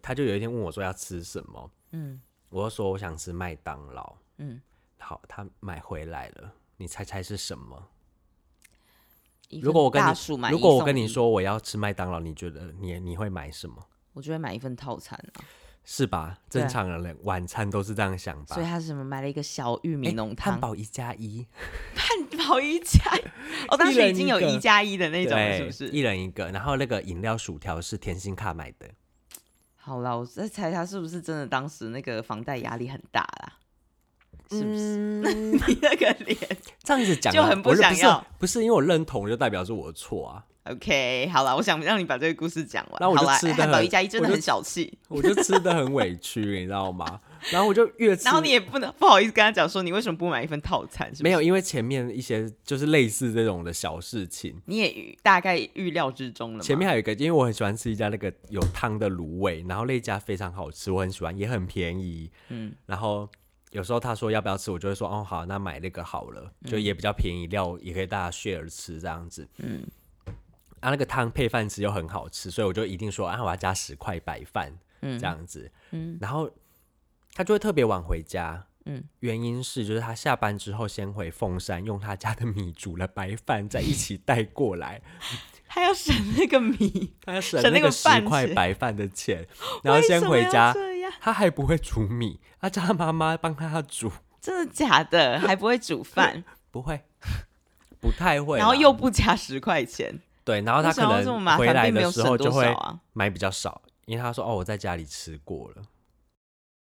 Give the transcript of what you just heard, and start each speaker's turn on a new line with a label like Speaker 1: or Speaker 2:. Speaker 1: 他就有一天问我说要吃什么，
Speaker 2: 嗯
Speaker 1: 我就说我想吃麦当劳。
Speaker 2: 嗯，
Speaker 1: 好，他买回来了，你猜猜是什么？
Speaker 2: 一
Speaker 1: 如
Speaker 2: 份
Speaker 1: 果我跟
Speaker 2: 大
Speaker 1: 你
Speaker 2: 薯买
Speaker 1: 如
Speaker 2: 一
Speaker 1: 果我
Speaker 2: 送
Speaker 1: 跟你
Speaker 2: 一，
Speaker 1: 说我要吃麦当劳，你觉得你你会买什么？
Speaker 2: 我就会买一份套餐啊。
Speaker 1: 是吧？
Speaker 2: 对
Speaker 1: 正常人晚餐都是这样想吧
Speaker 2: 所以？他是什么买了一个小玉米
Speaker 1: 诶
Speaker 2: 浓汤
Speaker 1: 汉， 堡一加一，
Speaker 2: 汉堡一加，哦，当
Speaker 1: 一
Speaker 2: 时
Speaker 1: 人
Speaker 2: 已经
Speaker 1: 一
Speaker 2: 有
Speaker 1: 个
Speaker 2: 一加一的那种了，
Speaker 1: 对，
Speaker 2: 是不是？
Speaker 1: 一人一个，然后那个饮料薯条是甜心卡买的，
Speaker 2: 好啦，我在猜他是不是真的当时那个房贷压力很大 啦？是不是？
Speaker 1: 嗯、
Speaker 2: 你那个脸
Speaker 1: 这样子讲啊
Speaker 2: 就很不
Speaker 1: 我是
Speaker 2: 想要
Speaker 1: 不是，不是因为我认同就代表是我的错啊，
Speaker 2: ，OK，好啦，我想让你把这个故事讲完。
Speaker 1: 那我就
Speaker 2: 好啦
Speaker 1: 吃得
Speaker 2: 汉堡
Speaker 1: 很
Speaker 2: 一加一真
Speaker 1: 我
Speaker 2: 的
Speaker 1: 就
Speaker 2: 很小气，
Speaker 1: 我就吃的很委屈，你知道吗？然后我就越吃，
Speaker 2: 然后你也不能不好意思跟他讲说你为什么不买一份套餐，是不是
Speaker 1: 没有，，因为前面一些就是类似这种的小事情，
Speaker 2: 你也预大概预料之中了嘛。
Speaker 1: 前面还有一个，因为我很喜欢吃一家那个有汤的卤味，然后那一家非常好吃，我很喜欢，也很便宜。
Speaker 2: 嗯
Speaker 1: 然后有时候他说要不要吃，我就会说哦好，那买那个好了，就也比较便宜，料也可以大家 share 吃这样子。
Speaker 2: 嗯，
Speaker 1: 啊，那个汤配饭吃又很好吃，所以我就一定说啊，我要加十块白饭
Speaker 2: 嗯
Speaker 1: 这样子。
Speaker 2: 嗯
Speaker 1: 然后他就会特别晚回家。
Speaker 2: 嗯，
Speaker 1: 原因是就是他下班之后先回凤山，用他家的米煮了白饭，再一起带过来。
Speaker 2: 他要省那个米，
Speaker 1: 他省
Speaker 2: 省那
Speaker 1: 那
Speaker 2: 个
Speaker 1: 个十
Speaker 2: 饭
Speaker 1: 块
Speaker 2: 钱
Speaker 1: 白饭的钱，然后
Speaker 2: 为
Speaker 1: 先
Speaker 2: 什么
Speaker 1: 回
Speaker 2: 要
Speaker 1: 家，
Speaker 2: 这样
Speaker 1: 他还不会煮米，他叫他妈妈帮他煮，
Speaker 2: 真的假的？还不会煮饭，
Speaker 1: 不会，不太 会啦，
Speaker 2: 然后又不加十块钱，
Speaker 1: 对，然后他
Speaker 2: 为什
Speaker 1: 可
Speaker 2: 么要这么
Speaker 1: 能
Speaker 2: 麻
Speaker 1: 回
Speaker 2: 烦，
Speaker 1: 来
Speaker 2: 并没有
Speaker 1: 的时
Speaker 2: 省
Speaker 1: 候就
Speaker 2: 多
Speaker 1: 会
Speaker 2: 少啊。
Speaker 1: 买比较少，因为他说哦我在家里吃过了，